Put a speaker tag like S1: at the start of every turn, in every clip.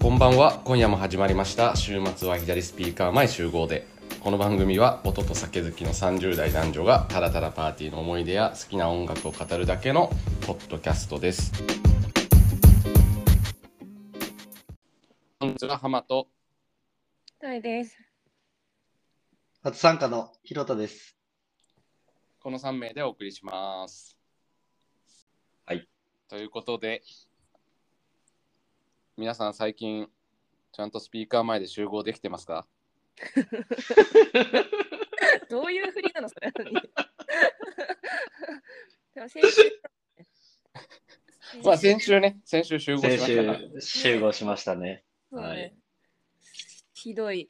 S1: こんばんは今夜も始まりました週末は左スピーカー前集合でこの番組は音と酒好きの30代男女がただただパーティーの思い出や好きな音楽を語るだけのポッドキャストです本日は浜と
S2: たいです。
S3: 初参加のひろたです。
S1: この3名でお送りします
S3: はい
S1: ということで皆さん最近ちゃんとスピーカー前で集合できてますか
S2: どういう振りなのそ れ。でも先週。
S1: まあ先週ね先週集合しま
S3: 先
S1: したから
S3: 週集合しましたね。
S2: そうね
S3: はい
S2: ひどい。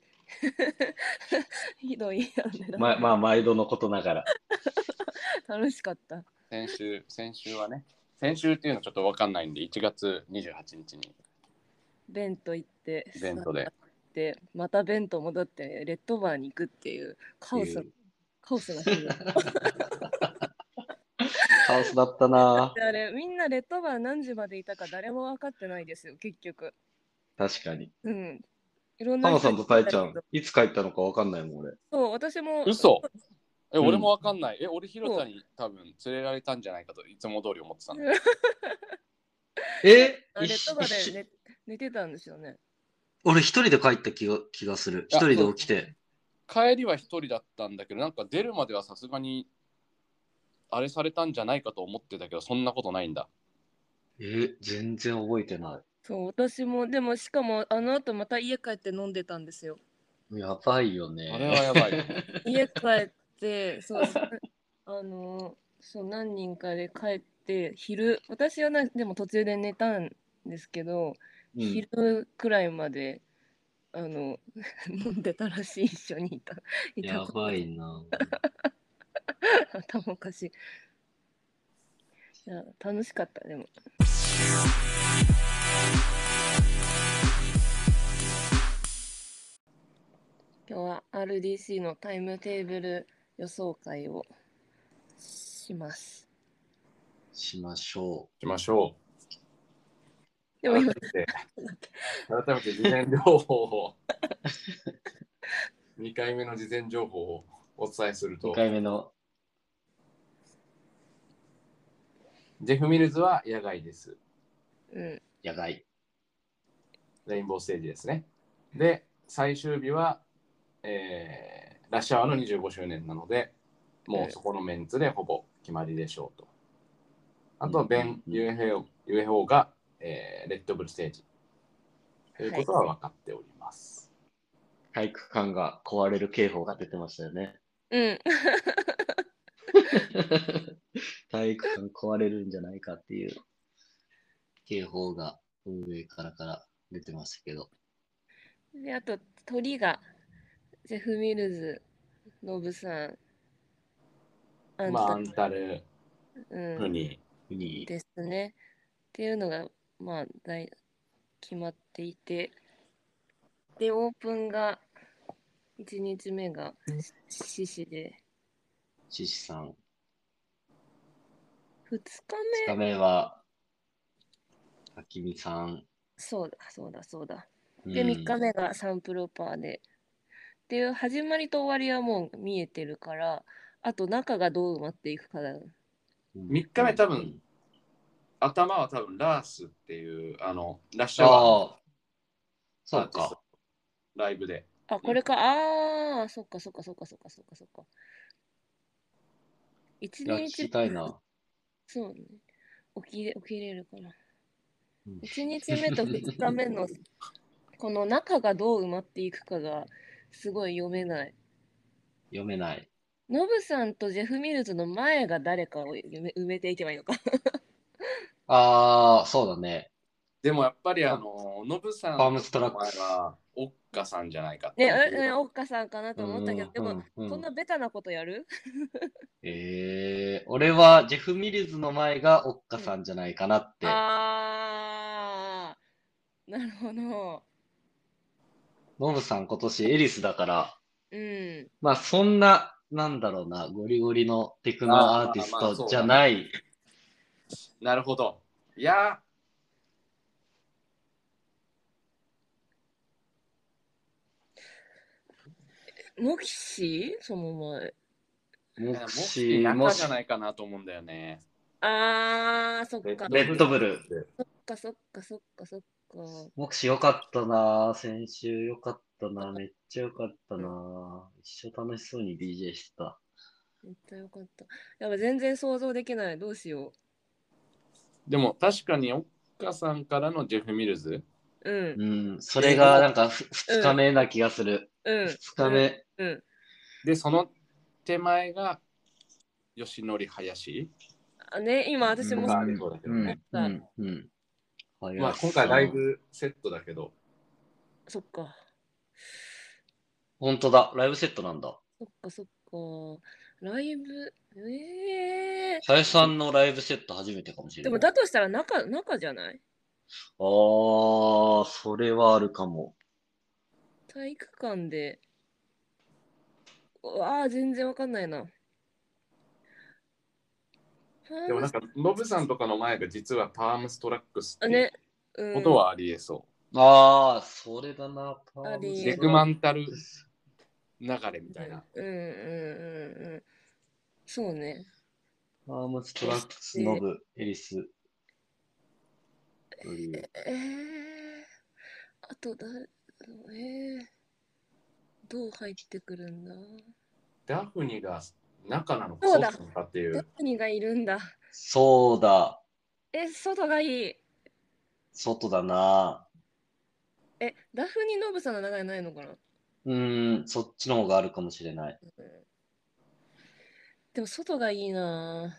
S2: ひどいよね、
S3: ままあ毎度のことながら。
S2: 楽しかった。
S1: 先週、先週はね、先週っていうのちょっとわかんないんで、1月28日に
S2: 弁当行って、
S1: イベントで。
S2: で、また弁当戻って、レッドバーに行くっていうカオスな、
S3: ってい
S2: カオスな日々。
S3: カオスだったな
S2: であれ、みんなレッドバー何時までいたか誰も分かってないですよ、結局。
S3: 確かに。
S2: うん。いろん
S3: タ
S2: な
S3: マ
S2: 人
S3: さんとタイちゃ
S2: 聞いた
S3: ん
S2: けど、
S3: いつ帰ったのかわかんないもん俺。
S2: そう、私も。
S1: 嘘え、
S3: うん
S1: 俺もわかんない。え、俺、広田に多分連れられたんじゃないかといつも通り思ってたんだ。
S3: え
S2: あレッドバ
S3: 一
S2: ー
S3: 緒
S2: で寝寝てたんですよね。
S3: 俺一人で帰った気が気がする。一人で起きて。
S1: 帰りは一人だったんだけど、なんか出るまではさすがに、あれされたんじゃないかと思ってたけど、そんなことないんだ。
S3: え、全然覚えてな
S2: そう、私も、でも、しかも、あの後また家帰って飲んでたんです よ。
S3: い。やばいよ
S1: あれは
S3: ね。
S1: やばいよね。
S2: 家帰って、そう、そあの、そう、何人かで帰って、昼、私はな、でも途中で寝たんですけど、
S3: うん、
S2: 昼くらいまで、あの、 飲んでたらしい、一緒にいた。いた
S3: や
S2: 子
S3: ばいな。
S2: 頭おかしい。いや、楽しかった、でも。今日は RDC のタイムテーブル予想会をします。
S3: しましょ
S1: 行きましょう。
S2: でも今、
S1: 改めて事前情報 を、2回目の事前情報をお伝えする
S3: う。
S1: と
S3: 2。回目の。
S1: ジェフ・ミルズは野外です。
S2: うん、
S3: やばい。
S1: レインボーステージですね。で、最終日は、えーラッシュアワーの25周年なので、もうそこのメンツでほぼ決まりでしょうと。あとはベン・
S3: うん
S1: ユエヘオユエヘオが、えーレッドブルステージということは分かっております。
S3: 体育館が壊れる警報が出てましたよね。
S2: うん、
S3: 体育館壊れるんじゃないかっていう警報が上からから出てましたけど。
S2: で、あと鳥が、ジェフ・ミルズ、ノブさん、あん
S1: まあ、ア
S2: た
S1: ン、タル
S2: う
S1: フ
S2: ん、
S1: に、
S3: に
S2: ですね。っていうのが、まあ、だい決まっていて、で、オープンが、1日目が獅子で、
S3: 獅子さん、
S2: 2日
S3: 2
S2: 目、
S3: 日目は、あきみさん。
S2: そうだ、そうだ、そうだ。
S3: うん
S2: で、3日目がサンプルパーで。っていう、始まりと終わりはもう見えてるから、あと中がどう埋まっていくかだ。
S3: うん
S1: 三日目多分。頭は多分ラースっていう、あの、ラッシュアワー
S3: ああ。そうか。
S1: ライブで。
S2: あ、これか、あー、そっかそっかそっかそっかそっかそっか。1
S3: いや、聞
S2: 日
S3: きたいな。
S2: そうね。起きれ起きれるかな
S3: うん。
S2: 1日目と2日目のこの中がどう埋まっていくかがすごい読めない。
S3: 読めない。
S2: ノブさんとジェフ・ミルズの前が誰かを埋め埋めていけばいいのか。
S3: ああ、そうだね。
S1: でもやっぱりあの、ノブさん
S3: ファームストラッ
S1: お前
S3: クス。
S1: は、おっかさんじゃないかってい
S2: ね、
S1: う
S2: え、ね、おっかさんかなと思ったけど、で
S3: う
S2: も、
S3: んうんうん
S2: そんなベタなことやる
S3: ええ俺はジェフ・ミルズの前がおっかさんじゃないかなって。
S2: あー、なるほど。
S3: ノブさん今年エリスだから、
S2: うん。
S3: まあそんな、なんだろうな、ゴリゴリのテクノアーティ
S1: あ
S3: ス
S1: ーまあまあそうだ
S3: ト
S1: ね
S3: じゃない。
S1: なるほど。いや
S2: モキシーその前。
S3: モ
S1: モ
S3: ク
S1: ク
S3: シ
S1: シ
S3: ー
S1: ー
S3: も
S1: も
S3: し
S1: じゃないかなと思うんだよね。
S2: あー、そっか。
S3: レッドブル。
S2: そっかそっかそっかそっか。
S3: 目視よかったなぁ先週よかったなぁめっちゃよかったなぁ一生楽しそうに DJ してた。
S2: めっちゃよかった。やばい、全然想像できない。どうしよ
S1: でも確かに、おっかさんからのジェフ・ミルズ。
S2: う。うん、
S3: うん、それがなんかふ二日目な気がする。
S2: うん、
S3: 二日目。
S2: うん。
S1: で、その手前が、吉典林。
S2: あね、今私
S3: う
S2: も
S3: ん
S1: 僕
S2: そ
S1: はアンゴだけ
S3: う
S1: ど
S3: ん
S1: ね。、
S3: うん、うん。林
S1: まあ、
S3: さん
S1: 今回ライ。ブセットだけど、
S2: そっか。
S3: 本当だ、ライブセットなんだ。
S2: そっかそっか。ライブ、ええ
S3: 林さんのライブセット初めてかもしれ
S2: ー。で
S3: ない。
S2: もだとしたら中、中じゃない
S3: あー、それはあるかも。
S2: 体育館で。うわあ、全然わかんないな。
S1: でもなんか、ノブさんとかの前が実はパームストラックス
S2: あ
S1: っていう
S2: ね、うん。
S1: ことはありえそ
S3: あー、それだな、パ
S2: あ
S1: う。
S2: りうん
S1: レクマンタル流れみたいな。
S2: うんうんうんうん。そうね。
S3: パームストラックスノブ、エリス。より
S2: ええあとだ、ええどう入ってくるんだ
S1: ダフニが中なのか
S2: そうだ
S1: 外なのかってい
S2: ダ
S1: う。
S2: フニがいるんだ。
S3: そうだ、
S2: え、外がいい。
S3: 外だな。
S2: え、ダフニノブさんの中にないのかな
S3: うーん、そっちの方があるかもしれない。
S2: でも外がいいな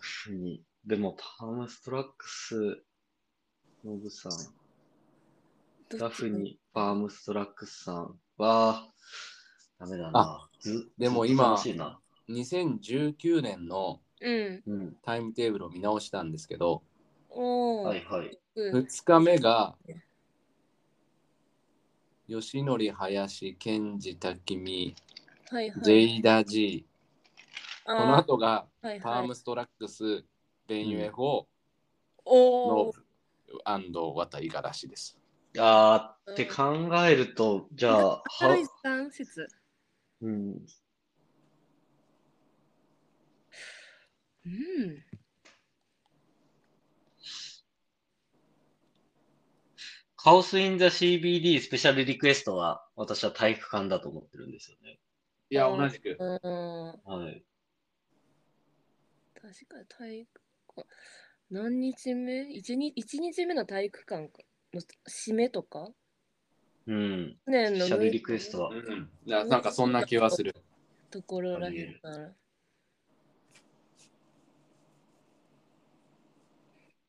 S3: ふうに。でも、パームストラックス、ノブさん、
S2: ぁ
S3: ダフ。にパームストラックスさんは、ダメだな
S1: あ。
S3: ず
S1: でも
S3: ずっと
S1: 今
S3: 楽しいな。
S1: 2019年の
S2: うん。
S3: うん。
S1: タイムテーブルを見直したんですけど、
S2: おお、
S3: はいはい。
S2: うん
S1: 2日目が吉典林健二滝美
S2: はいはい。
S1: ジェイダ・ジ
S2: あ
S1: ー
S2: ー
S1: この後が
S2: はい
S1: パー
S2: はい
S1: ム。ストラックス、ベン・ユエフォー
S2: お
S1: の
S2: お、
S1: アンド・ワタイガらしいです。
S3: あーって考えると、じゃあ、
S2: 軽い
S3: は、
S2: 三節。
S3: うん。
S2: うん。
S3: カオス・イン・ザ・ CBD スペシャルリクエストは、私は体育館だと思ってるんですよね。
S1: いや、
S2: あー
S1: 同じく。
S2: うん。
S3: はい。
S2: 確かに体育館。何日目一日一日目の体育館の締めとか
S3: うん。
S2: 去年
S3: スペ
S2: の
S3: シャルリクエストは
S1: う。ん、ななんかそんな気はする。
S2: ところらへんから。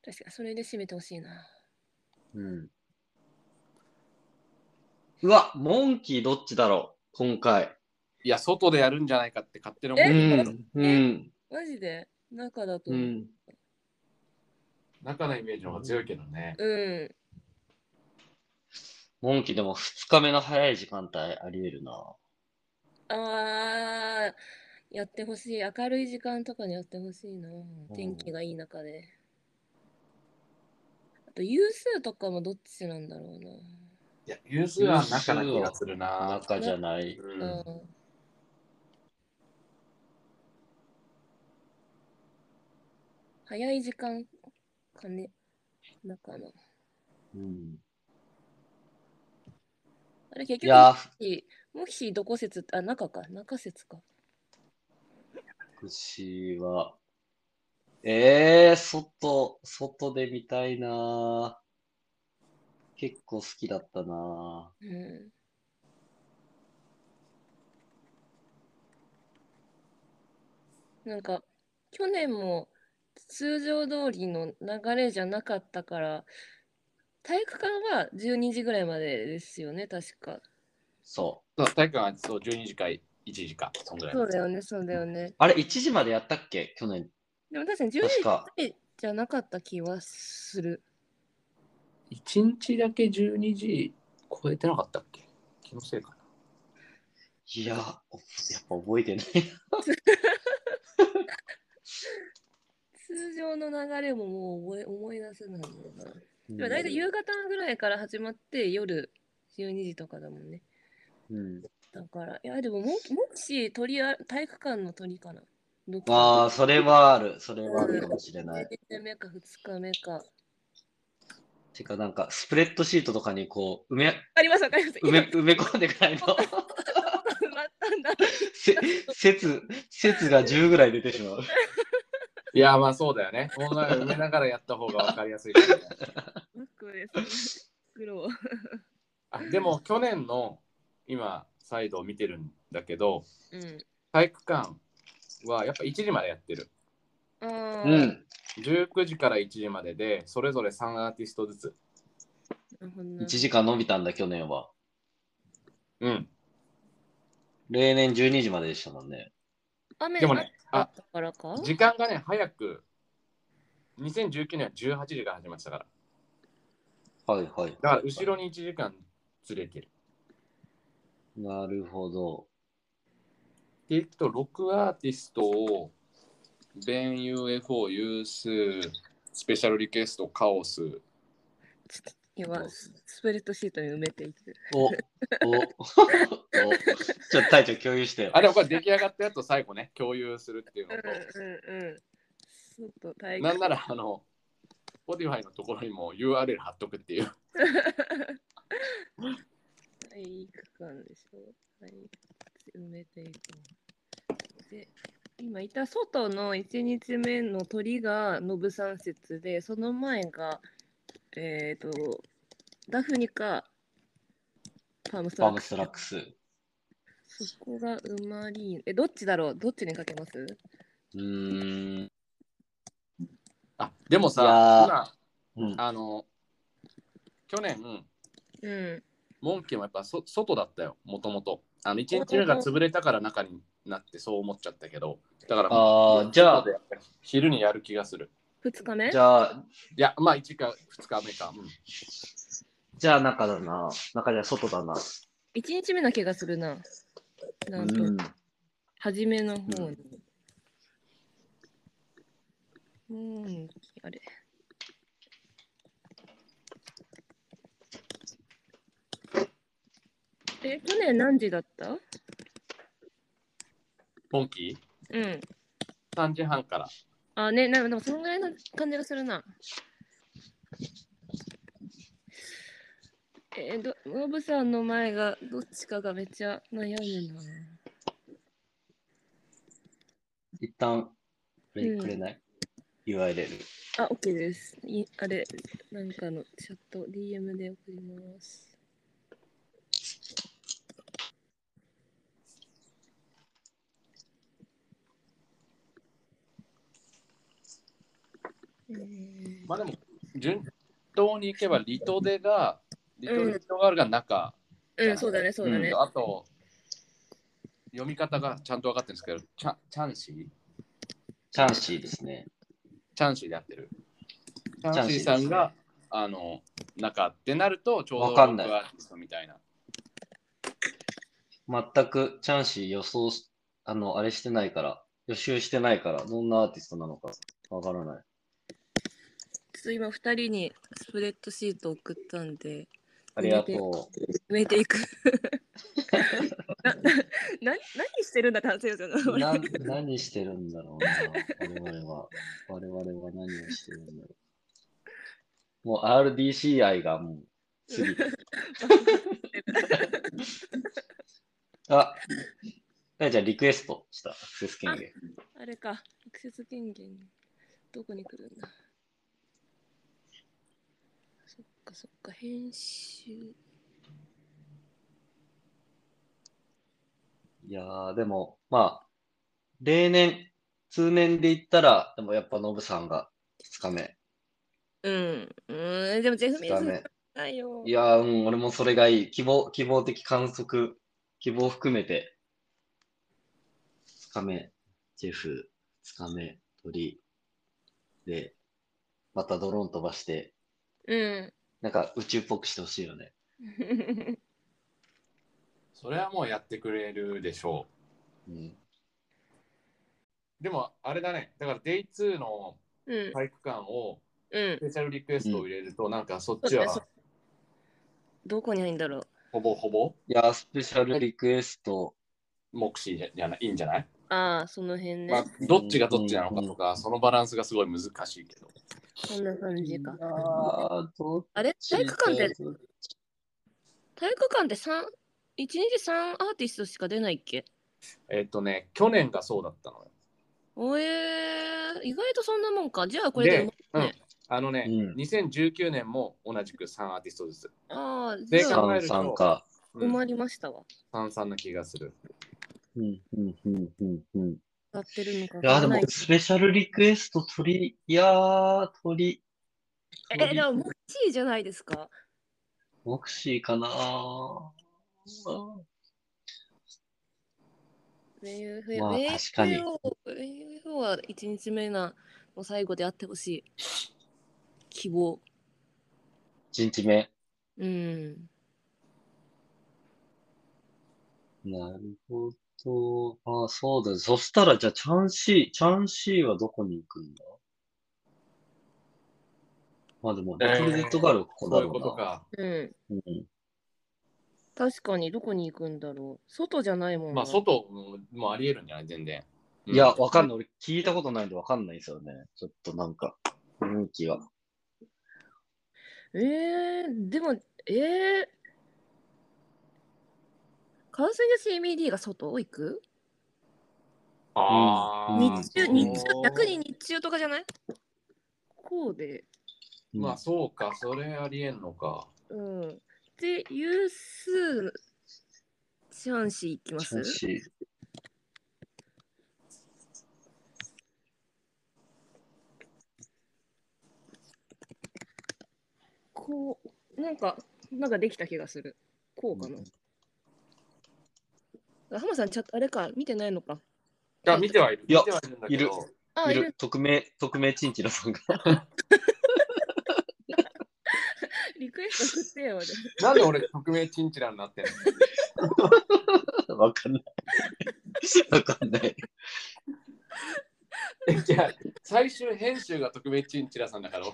S2: 確かそれで締めてほしいな。
S3: うん。うわ、モンキーどっちだろう今回。
S1: いや、外でやるんじゃないかって勝手に思
S3: う
S1: ってた
S3: ん。うん。
S2: マジで中だと。
S3: うん。
S1: 中のイメージの方が強いけどね。
S2: うん。
S3: モンキーでも2日目の早い時間帯あり得るな。
S2: ああ、やってほしい。明るい時間とかにやってほしいな。天気がいい中で。あと、有数とかもどっちなんだろう
S1: いや、ユースは中な気がするな。
S3: 中じゃない。
S1: う
S2: な。
S1: ん
S2: うん早い時間かね。中の。
S3: うん。
S2: あれ結
S3: い
S2: 局、
S3: や
S2: モヒシーどこ説あ、中か。中説か。
S3: 福祉は。えー、外、外で見たいな。結構好きだったな。
S2: うん。なんか去年も通常通りの流れじゃなかったから体育館は12時ぐらいまでですよね確か
S3: そ
S1: そう体育館はそう12時か1時か、そんぐらい。
S2: そうだよねそうだよね
S3: う。あれ、1時までやったっけ去年。
S2: でも確かに12
S3: 確か。
S2: 時じゃなかった気はする
S1: 1日だけ12時超えてなかったっけ気のせいかな。
S3: いや、やっぱ覚えてない。
S2: 通常の流れももう覚え思い出せないんだよなでも大体夕方ぐらいから始まって夜12時とかだもんね。
S3: うん。
S2: だから、いやでもモモクシー鳥あ体育館の鳥かな。どっか
S3: ああ、それはある。それはあるかもしれない。
S2: 一日目か二日目か。
S3: てか、なんか、スプレッドシートとかにこう、埋め、
S2: ありますわかります。
S3: 埋 め、
S2: 今
S3: 埋め込んでいかないと、
S2: 埋まったんだ。
S3: せ、説、説が10ぐらい出てしまう。
S1: いや、まあそうだよね。こんなの埋めながらやった方が分かりや すいからね、
S2: マックです。黒。
S1: あでも去年の今、再度見てるんだけど、
S2: うん。
S1: 体育館はやっぱ1時までやってる。
S2: ああ。
S3: う
S2: なる
S3: ん。
S1: 19時から1時までで、それぞれ3アーティストずつ。
S2: ほどな
S3: 1時間伸びたんだ、去年は。
S1: うん。
S3: 例年12時まででしたもんね。
S2: 雨
S1: で
S2: が
S1: も
S2: あっ
S1: ね、
S2: た
S1: あ
S2: からか。
S1: 時間がね、早く、2019年は18時から始まってたから。
S3: はいはい。
S1: だから後ろに1時間ずれてる。
S3: なるほど。
S1: でいくと、6アーティストを、ベン UFO、ユース、スペシャルリクエスト、カオス、
S2: ちょっと今ススプレッドシートに埋めていく。
S3: お、お、お、 ちょっと隊長共有してよ。
S1: あ、でもこれ出来上がったやつを最後ね、共有するっていう
S2: うん
S1: のと、
S2: うんうん。ちょっと体育
S1: なんなら、あの、Spotify のところにも URL 貼っとくっていう。
S2: 体育館でしょ。はい。埋めていこう。で、今いた外の1日目の鳥がノブ三節で、その前が、えっ、と、ダフニか、パームスト
S3: パ
S2: ラッ
S3: ーム
S2: ク
S3: ストラックス。う
S2: そこが埋まり、え、どっちだろうどっちにかけます
S3: ーん。
S1: あ、でも
S3: いやー
S1: さ、
S3: うん、
S1: 今、あの、去年、
S2: うん。
S1: モンキーもやっぱそ外だったよ、もともと。あの、1日目が潰れたから中になってそう思っちゃったけど、だから、
S3: あーじゃあ
S1: 外でやっぱり昼にやる気がする。
S2: 2日目
S3: じゃあ、
S1: いや、まあ、1か2日目か。うん
S3: じゃあ中だな。中じゃ外だな。
S2: 一日目な気がするな。
S3: う
S2: なんと、
S3: ん。
S2: 初めの方に。うん、あれ。え、去年何時だった
S1: モンキ
S2: うん。
S1: ー ?3 時半から。
S2: あ、ね、なんかでもそんぐらいの感じがするな。えー、どノブさんの前がどっちかがめっちゃ悩むな。
S3: 一旦、くれくれない、?URL。
S2: あ、OK です。いあれ、なんかのチャット、DM で送ります。えー
S1: まあでも、順当に行けば、リトデが、リトデがあるが中。
S2: うん、そうだね、そうだね
S1: ん。あと、読み方がちゃんと分かってるんですけど、チャチャンシー
S3: チャンシーですね。
S1: チャンシーでやってる。チ
S3: ャ
S1: ャ
S3: ン
S1: ン
S3: シ
S1: シ
S3: ー
S1: ーさんが、あの、中ってなると、ちょうど
S3: わかんない
S1: ロックアーティストみたいな。
S3: 全くチャンシー予想し、あの、あれしてないから、予習してないから、どんなアーティストなのかわからない。
S2: ちょっと今、二人にスプレッドシート送ったんで、
S3: ありがとう。
S2: 埋めてい く。な な何してるんだって話ですよね。俺
S3: な何してるんだろうな、我々は。 我々は何をしてるんだろう。もう RDCI がもう過ぎて。あ、大ちゃんリクエストした、アクセス権限。
S2: あれか、アクセス権限、どこに来るんだそっかそっか、編集。
S3: いやー、でも、まあ、例年、通年で言ったら、でもやっぱノブさんが2日目、
S2: うん、うん、でもジェフミ
S3: 2
S2: ンス
S3: 日目。
S2: だよ。
S3: いやー、うん、俺もそれがいい。希望、希望的観測、希望含めて、2日目、ジェフ、2日目、鳥、で、またドローン飛ばして、
S2: うん。
S3: なんか宇宙っぽくしてほしいよね。
S1: それはもうやってくれるでしょ
S3: うん。
S1: う。でも、あれだね。だから、デイ2の
S2: うん、
S1: 体育館を、
S2: ううん
S1: ス。ペシャルリクエストを入れると、なんかそっちは
S2: そうどこに入るんだろう。
S1: ほぼほぼ
S3: いや、スペシャルリクエスト。
S1: 目視じゃじゃないいいんじゃない、
S2: ああ、その辺ね。
S1: まあ、どっちがどっちなのかとか、そのバランスがすごい難しいけど。
S2: こんな感じか。
S3: ああ、どっ
S2: あれ
S3: ち
S2: 体育館って
S3: だ、と
S2: 体育館って三一日三アーティストしか出ないっけ
S1: えっとね、去年がそうだったのよ。
S2: おえー、意外とそんなもんか。じゃあこれで
S1: でうん
S2: ね
S1: あのね、
S3: うん
S1: 2019年も同じく3アーティストずつ。
S2: ああ、じ
S1: で
S2: ゃあ
S1: 考え
S3: 三
S1: ると
S3: 三か。
S1: う
S2: 埋ま
S1: ん、
S2: りましたわ。
S1: 三々な気がする。
S3: うん、うん、うん、うん、うん。い
S2: やってるのかわ
S3: や、
S2: か
S3: で
S2: んな
S3: も
S2: い。、
S3: スペシャルリクエスト取り、いやー、取り。
S2: え、でも、モッチーじゃないですか
S3: モクシーかなあー
S2: ウェイウェイ
S3: まあ
S2: ウェイ
S3: 確かに
S2: ウェイをウェイウェイは1日目なもう最後であってほしい。希望。
S3: 一日目。
S2: うん。
S3: なるほど。あーそうだ。そしたら、じゃあ、チャンシー、チャンシーはどこに行くんだまあでも、
S1: え
S3: リ
S1: ー
S3: トルデッドガールはここ
S1: そ
S3: だ
S1: うい
S3: ろ
S1: う
S3: う
S1: こと
S3: な。
S1: か。
S2: うん。
S3: うん。
S2: 確かに、どこに行くんだろう。外じゃないもんな。
S1: まあ、外ももありえるんじゃない全然。うん
S3: いや、わかんない。俺、聞いたことないんでわかんないですよね。ちょっとなんか、雰囲気が。
S2: えー、でも、えー、カウンセリング CMD が外を行く
S1: あー
S2: 日中、
S1: そう
S2: 日中、逆に日中とかじゃないこうで。
S1: まあ、そうか、それありえんのか。
S2: うん。で、ユース、シャンシー行きま
S3: チ
S2: す
S3: ャンシー。
S2: こう、なんか、なんかできた気がする。こうかな。あ浜さん、ちゃんとあれか、見てないのか。
S1: いや、見てはいる。
S3: いや
S1: 見てはいるんだけど。
S2: あ、
S3: い
S2: いる
S3: る、匿名、匿名チンチラさんが。
S2: リクエスト送って よ。
S1: なんで俺、匿名チンチラになってんの
S3: わかんない。わかんない。
S1: いや、最終編集が特別チンチラさんだから、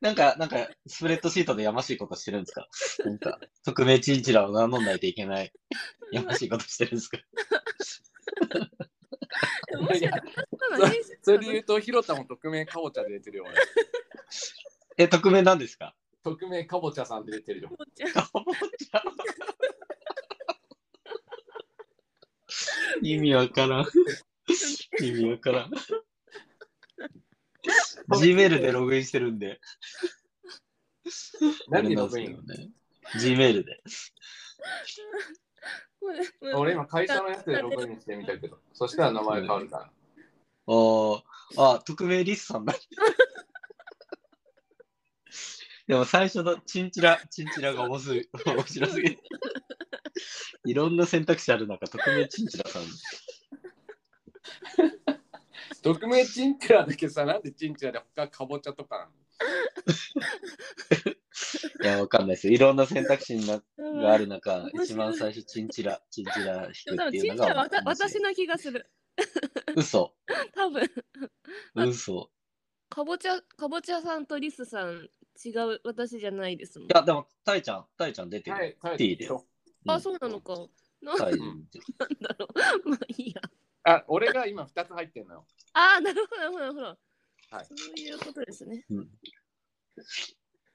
S3: なんか、なんか、スプレッドシートでやましいことしてるんですか なんか、匿名チンチラを名乗んないとい けない、やましいことしてるんですか
S2: もしかしたらまだ編集
S1: それで言うと、ひろたも匿名かぼちゃで出てるよ。俺
S3: え、匿名なんで すか
S1: 匿名かぼちゃさんで出てるよ。
S2: もうちゃん
S3: かぼちゃ。意味 わからん。意味わからん。Gmail でログインしてるんで。
S1: 何で
S3: あ
S1: ロ
S3: れなん
S1: グ
S3: です
S1: イ
S3: け
S1: ン
S3: どね。Gmail で。
S2: これこれ
S1: 俺今会社のやつでログインしてみたけど、そしたら名前変わるから。
S3: おあ、匿名リスさんだ。 でも最初のチンチラ、チンチラが面白い面白すぎる。いろんな選択肢ある中、匿名チンチラさん。
S1: 匿名チンチラだけさ、なんでチンチラで他かぼちゃとかなの
S3: いや、わかんないですよ。いろんな選択肢にな
S2: うん
S3: がある中、
S2: 白い
S3: 一番最初、チンチラ、チンチラ
S2: でも多
S3: 引くっ
S2: 分
S3: て
S2: ち
S3: い
S2: ん
S3: う
S2: ち
S3: の
S2: ゃん
S3: が
S2: わた。私な気がする。
S3: 嘘、
S2: 多分
S3: 嘘。
S2: かぼちゃかぼちゃさんとリスさん違う私じゃないですもん
S3: い。や、でも、タイちゃん、タイちゃん出てる。
S1: はい、はい。
S3: いいで
S2: あ、そうなのか。なんだ
S3: タイ
S1: うん
S2: ろう。 まあいいや。
S1: あ、俺が今2つ入ってんのよ。
S2: ああ、なるほど、なるほど、なるほど。
S1: はい
S2: そういうことですね。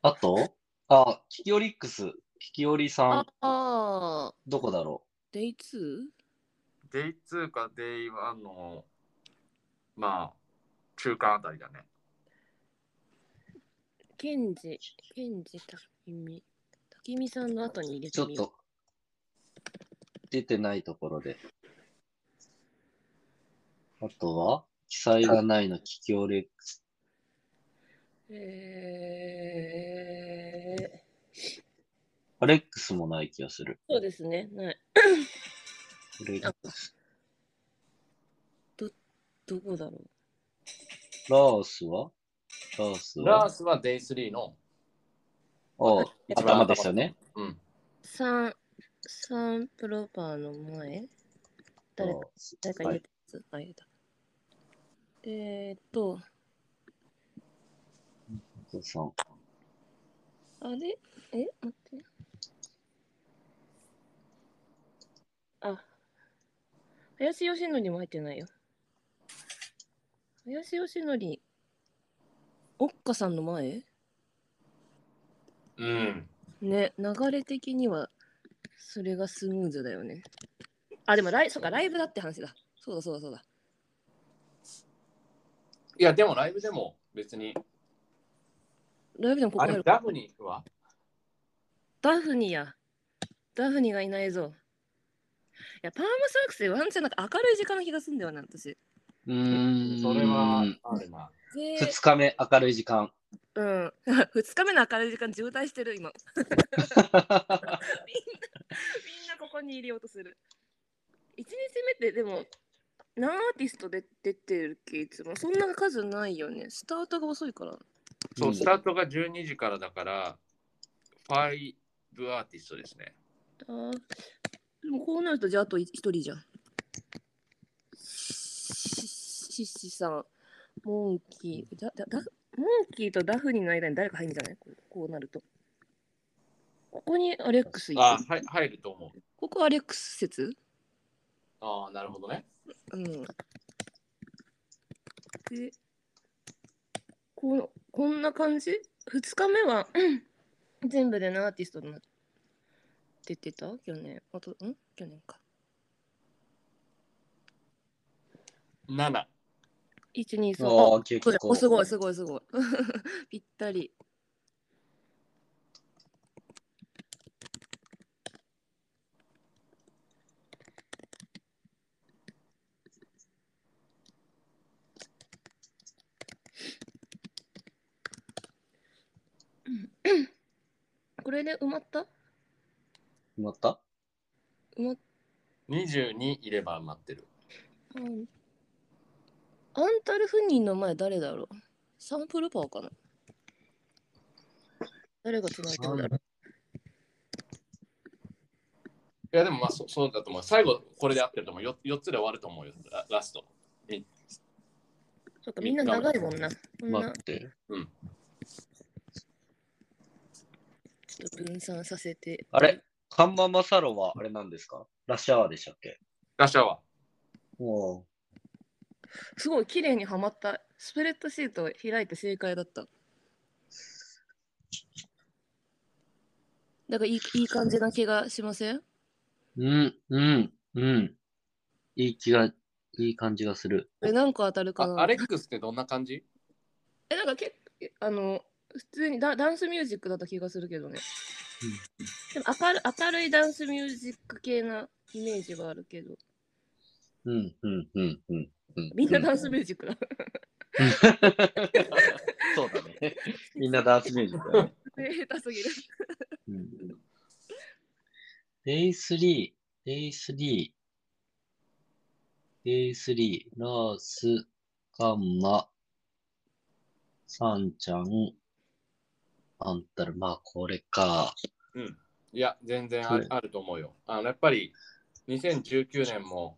S3: あと、あ、キキオリックス、キキオリさ
S2: あ
S3: ん、
S2: あー、
S3: どこだろ
S2: デイ 2?
S1: デイ2かデイ1の、まあ、中間あたりだね。
S2: ケンジ、ケンジ、たきみ。たきみさんの後に入
S3: う
S2: れ
S3: ち
S2: て
S3: ょっ
S2: みよ
S3: と、出てないところで。あとは、記載がないの、キキオリックス。
S2: う。えー、
S3: アレックスもない気がする。
S2: そうですね。ない。
S3: アレックス
S2: どこだろう。
S3: ラースはラースは
S1: ラースはデイ3の、
S3: お
S1: 一番
S3: 頭ですよね。
S1: うん、
S2: サン、サンプロパーの前誰か、誰か入れたやつ、あ、入れた。えーっと、
S3: トさん。
S2: あれえ待って。あ。林義則も入ってないよ。林義則、おっかさんの前
S1: うん。
S2: ね、流れ的には、それがスムーズだよね。あ、でもライ、そっか、ライブだって話だ。そうだそうだそうだ。
S1: いや、でもライブでも別に、
S2: ライブでもここ
S1: あ
S2: 入
S1: れ、
S2: る。
S1: ダフに行くわ。
S2: ダフニや。ダフニがいないぞ。いや、パーマサークスでワンチャンなんか明るい時間の気がすんだよな、私。
S3: うーん。
S1: それはあるな。
S2: で、
S3: 2日目、明るい時間。
S2: うん。2日目 の明るい時間渋滞してる、今。 みんな、みんなここにいようとする。1日目って、でも、何アーティストで出てるっけ、いつも。そんな数ないよね。スタートが遅いから。
S1: そうう、
S3: ん
S1: スタートが12時からだから、5アーティストですね。
S2: あーでもこうなると、じゃああと1人じゃん。しししさん、モンキー、だだだモンキーとダフニーの間に誰か入るんじゃないこうこうなると。ここにアレックスいる。
S1: あ、はい、入ると思う。
S2: ここアレックス説
S1: ああ、なるほどね。
S2: うん。で、このこんな感じ ?2 日目はうん全部で何アーティストにな出てた去年。あと、ん去年か。
S1: 7。
S2: 1、2、3。
S3: お
S2: あ
S3: ー、結
S2: そうだ
S3: 構。
S2: おすごいすごいすごい。 ぴったり。これで埋まった
S3: 埋まった
S2: 埋まっ
S1: 22いれば待ってる。
S2: た。アンタルフニーの前誰だろうサンプルパーかな誰が繋いでるんだろう
S1: いや、でもまあそ、そうだと思う。最後、これで合ってると思う。よ4つで終わると思うよ。ララスト。
S2: そっか、みんな長いもんな。こんな
S3: 待って。
S2: ちょっと分散させて。
S3: あれカンママサロはあれなんですかラッシャーアワーでしたっけ
S1: ラッシャーは。
S3: おー
S2: すごい綺麗にはまった。スプレッドシートを開いて正解だった。だからいいいい感じな気がしません
S3: うん、うん、うん。いい気が、いい感じがする。
S2: え、何個当たるか
S1: あ
S2: な
S1: アレックスってどんな感じ
S2: え、なんか結構、あの、普通にダダンスミュージックだった気がするけどね。でも明る明るいダンスミュージック系なイメージはあるけど。
S3: うん、うん、うん、うん。う
S2: みんなダ
S3: う
S2: ンスミュージックだ。
S3: そうだね。みんなダンスミュージックだね。
S2: 下手すぎる。
S3: うんデイ3、デイ3、デイ3、ラース、ガンマ、サンちゃん、アンタル、まあこれか。
S1: うん。いや、全然あ
S3: そう
S1: あると思うよ。あのやっぱり、2019年も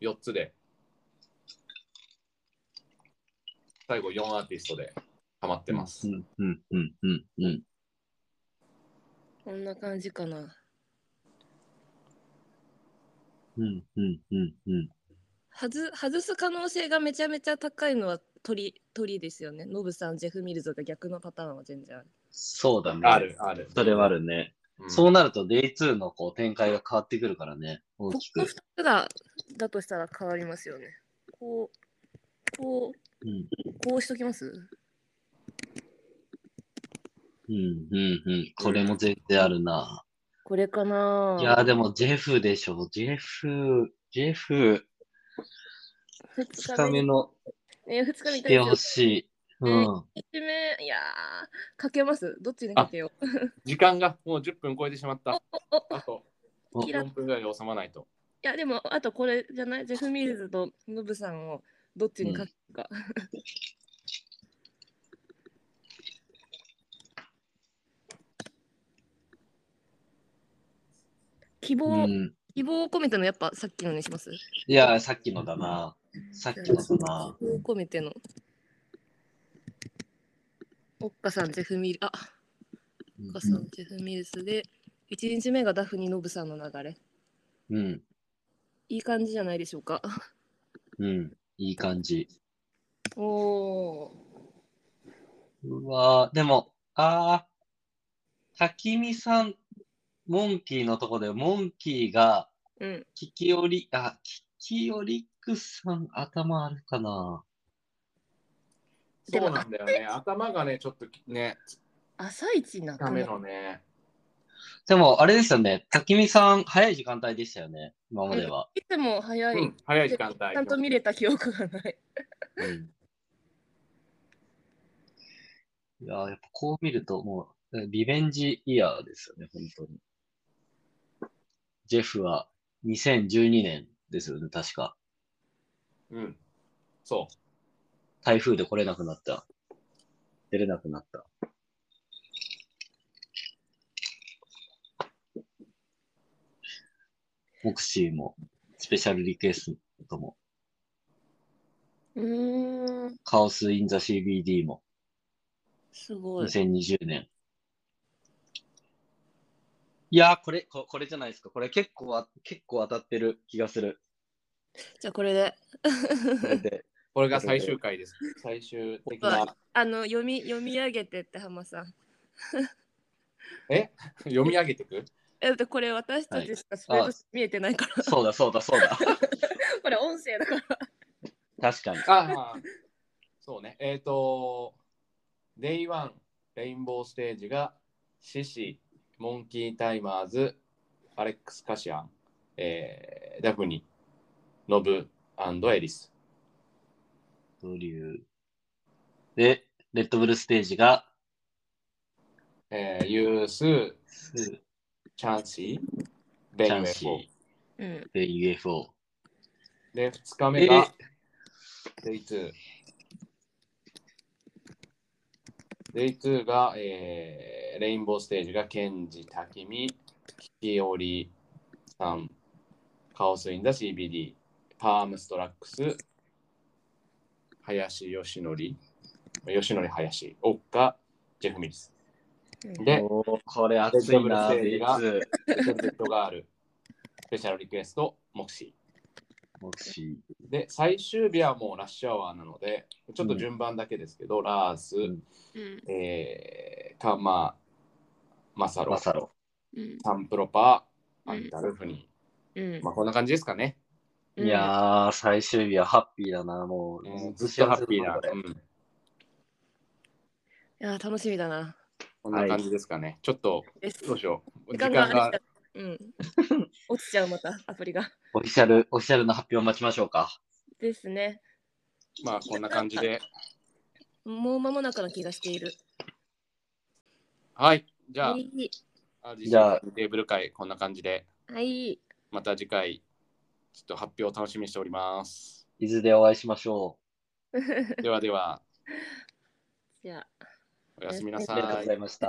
S1: 4つで、最後4アーティストでハマってます。
S3: うん、うん、うん、うん、うん。
S2: こんな感じかな。
S3: うん、うん、うん、うん。
S2: 外外す可能性がめちゃめちゃ高いのは鳥鳥ですよね。ノブさん、ジェフ・ミルズが逆のパターンは全然ある。
S3: そうだね。
S1: ある、ある。
S3: それはあるね。
S1: うん
S3: そうなると、デイ2のこう展開が変わってくるからね。大
S2: こ
S3: き
S2: の
S3: く
S2: 2。つがだとしたら変わりますよね。こう、こう、
S3: うん、
S2: こうしときます
S3: うん、うん、うん。これも絶対あるな。
S2: これかない
S3: やーでもジェフでしょ、ジェフ、ジェフ、
S2: 2
S3: 2日目の
S2: 目。ね、2日目
S3: 来
S2: いただ
S3: て
S2: いて
S3: ほしい。うん。
S2: 1目、いやー、かけます。どっちにかけよう。
S1: 時間がもう10分超えてしまった。
S2: おお
S1: あと
S3: お
S2: キラ
S1: 4分ぐらいで収まらないと。
S2: いや、でも、あとこれじゃないジェフ・ミルズとノブさんをどっちにかけるか。 希
S3: う
S2: 望、
S3: ん、
S2: 希望を込めてのやっぱさっきのにします
S3: いやーさっきのだな。さっきのだな。
S2: 希望を込めての。オッカさん、ジェフミル、あ、オッカさん、ジェフミルスで、1日目がダフニ・ノブさんの流れ。
S3: うん。
S2: いい感じじゃないでしょうか。
S3: うん。いい感じ。
S2: おお
S3: うわーでも、ああ、滝見さん、モンキーのとこで、モンキーが、
S2: ー。うん。
S3: キキオリ、あ、キキオリックさん、頭あるかな
S2: でも
S1: そうなんだよね。頭がね、ちょっとね、
S2: 朝一になった
S1: ダ
S2: んだ
S1: メのね。
S3: でも、あれですよね。滝見さん、早い時間帯でしたよね。今までは。
S2: いつも早い、
S1: うん、早い時間帯。
S2: ちゃんと見れた記憶がない。
S3: うん。いやーやっぱこう見ると、もう、リベンジイヤーですよね、本当に。ジェフは2012年ですよね、確か。
S1: うん。そう。
S3: 台風で来れなくなった。出れなくなった。モクシーも、スペシャルリクエストも、
S2: うーん、
S3: カオス・イン・ザ・ CBD も、
S2: すごい。
S3: 2020年。いやー、これこ、これじゃないですか。これ結構あ、結構当たってる気がする。
S2: じゃあこれで。
S3: これで。
S1: これが最終回です。最終的な。
S2: あの読み読み上げてって浜さん。
S1: 読み上げてく
S2: えだってこれ私たちしかスペードし見えてないから。
S3: そうだ、そうだ、そうだ。
S2: これ音声だから。
S3: 確かに。
S1: ああ、 そうね。えっ、と、デイワン、レインボーステージが、シシ、モンキータイマーズ、アレックス・カシアン、えーダフニ、ノブ、アンドエリス。
S3: ドリュー。で、レッドブルステージが、
S1: えーユース、
S3: スー
S1: チャンシー、ベンウェ
S3: チ
S1: フ
S3: ャ
S1: ォ
S3: ン
S1: ー
S3: シ。
S2: うん。
S3: で UFO。
S1: で、2日目が、デイ2。デイ2が、えーレインボーステージが、ケンジ、タキミ、キキオリさん、カオスインダ CBD、パームストラックス、林よしのり、よしのり林、オッカ、ジェフミリス。で、
S3: おーこれ熱いな、
S1: レッドブ
S3: B2。
S1: セルジェットガール、スペシャルリクエスト、モクシー。
S3: モクシー
S1: で、最終日はもうラッシュアワーなので、ちょっと順番だけですけど、ラース、
S3: うん
S2: うん
S1: えー、カマ、マサロ、
S3: マサロ。
S2: うん
S1: サンプロパー、
S2: う
S1: ア
S2: ん
S1: ンタルフニ
S2: うん
S1: ー。まあ、こんな感じですかね。
S2: うん
S3: いやー、最終日はハッピーだな、もう。
S1: うんずっとハッピーな、
S3: これ
S1: うん
S2: いやー楽しみだな。
S1: こんな感じですかね。ちょっと、
S2: です。
S1: どうしよう。
S2: 時
S1: 時間
S2: 間が
S1: が、
S2: うん。落ちちゃうまたアプリが。
S3: オフィシャル、オフィシャルの発表を待ちましょうか。
S2: ですね。
S1: まあ、こんな感じで。
S2: もう間もなくな気がしている。
S1: はい。じゃ
S2: は
S1: あ、
S2: い。
S1: RGC
S3: じゃあ
S1: テーブル会、こんな感じで、
S2: はい。
S1: また次回、ちょっと発表を楽しみにしております。
S3: 伊豆でお会いしましょ
S1: ではでは、
S2: じゃあ。
S1: おやすみな
S3: う。あ
S1: さ
S3: りがとうご
S1: い
S3: ざ。いました。